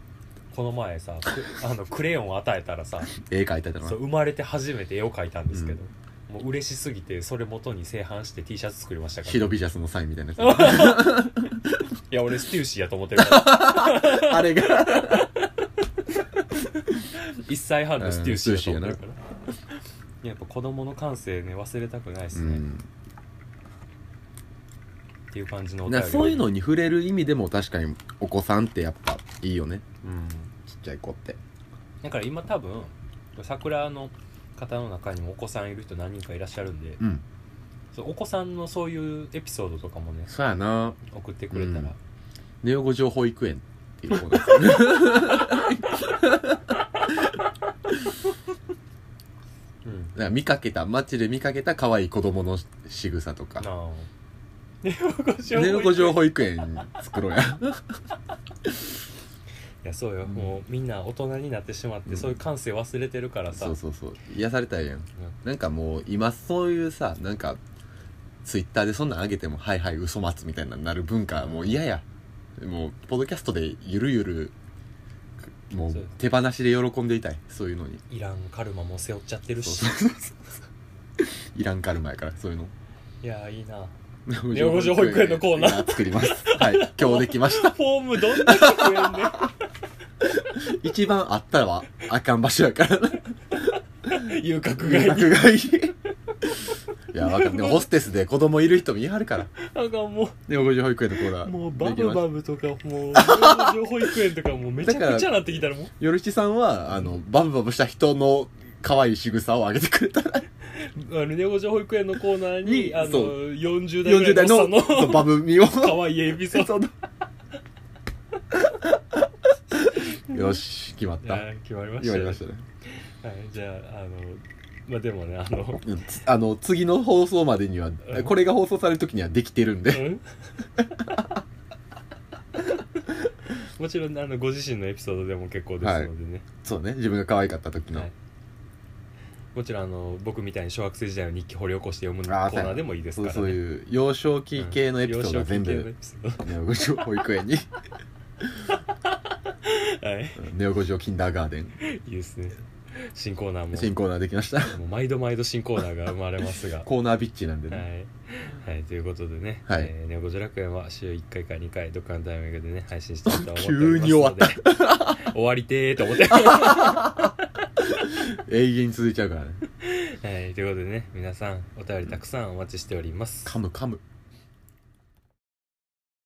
S1: この前さく あのクレヨンを与えたらさ
S3: 絵描いたいだな
S1: そう生まれて初めて絵を描いたんですけど、もう嬉しすぎてそれ元に製版して T シャツ作りましたから
S3: ヒロビジャスのサインみたいなや
S1: いや俺ステューシーやと思ってる から
S3: つ あれが
S1: 1歳半のステューシーやと思ってるからいややっぱ子供の感性ね忘れたくないです
S3: う
S1: ね、
S3: ん
S1: っていう感じのお
S3: だ
S1: 便
S3: か
S1: り
S3: らそういうのに触れる意味でも確かにお子さんってやっぱいいよね
S1: うん
S3: ちっちゃい子って
S1: だから今多分桜の方の中にもお子さんいる人何人かいらっしゃるんで
S3: うん
S1: そうお子さんのそういうエピソードとかもね
S3: そうやな
S1: 送ってくれたら、
S3: うんネオ五条保育園っていうことなんですよね
S1: うん
S3: だから見かけた街で見かけた可愛い子供の仕草とか
S1: な あネオ五条
S3: ネオ五条保育園 作ろうや
S1: いやそうよ、
S3: うん
S1: もうみんな大人になってしまって、
S3: うん
S1: そういう感性忘れてるからさ
S3: そうそうそう癒されたいやんなんかもう今そういうさなんかツイッターでそんなん上げても「はいはい嘘待つ」みたいななる文化もう嫌やもうポッドキャストでゆるゆるもう
S1: そう
S3: 手放しで喜んでいたいそういうのに
S1: いらんカルマも背負っちゃってるし
S3: そうそうそういらんカルマやからそういうの
S1: いやいいな養護所保育園のコーナー
S3: いや作りますはい今日できました
S1: フォームどんだけ増えんねん
S3: 一番あったらはあかん場所やから
S1: 遊郭街に
S3: 学 外いやわかんないホステスで子供いる人も言いはるから
S1: なんかも
S3: で養護所保育園のコーナ
S1: う
S3: ー
S1: もう
S3: で
S1: バ
S3: き
S1: ブ
S3: ました
S1: バブとか もう情保育園とかもうめちゃ
S3: だ
S1: く
S3: か
S1: ちゃ
S3: ら
S1: なってきたらもう
S3: よるしさんはあのバブバブした人の可愛い仕草を上げてくれたら
S1: あのネオ情保育園のコーナーに
S3: に
S1: あの
S3: そう
S1: 40代
S3: 40
S1: ぐら
S3: 代
S1: いのお
S3: の
S1: っさん
S3: そう
S1: の
S3: バブみを
S1: 可愛いエピソ ード
S3: よし決まっ
S1: い
S3: た
S1: や決まりました
S3: 決ま
S1: ね
S3: りましたね
S1: はいじゃああのまあでもねあ の
S3: うんつあの次の放送までには
S1: うん
S3: これが放送される時にはできてるんで
S1: うん もちろんあのご自身のエピソードでも結構ですのでね、
S3: そうね自分が可愛かった時の
S1: はいもちろんあの僕みたいに小学生時代の日記掘り起こして読むコ
S3: あー
S1: ーナーでもいいです
S3: そ
S1: から、
S3: う
S1: ね、
S3: そういう幼少期系のエピソードは
S1: う
S3: 全
S1: ん幼少期系のエ
S3: 部
S1: ピソー
S3: ネオ五条保育園に
S1: ドはい
S3: うんネオ五条キンダーガーデン
S1: いいですね新コーナーも
S3: 新コーナーできました
S1: もう毎度毎度新コーナーが生まれます がは
S3: コーナービッチなんでね
S1: い、はい、ということでね、
S3: はい
S1: えーネオゴジ楽園は週1回か2回どっかのタイミングでね配信していきたいと思ってお
S3: 急に
S1: り
S3: 終
S1: ま
S3: わ
S1: す
S3: った
S1: ので 終わりてーと思 って
S3: 永遠に続いちゃうからね
S1: はい、ということでね皆さんお便りたくさんお待ちしております
S3: 噛む噛む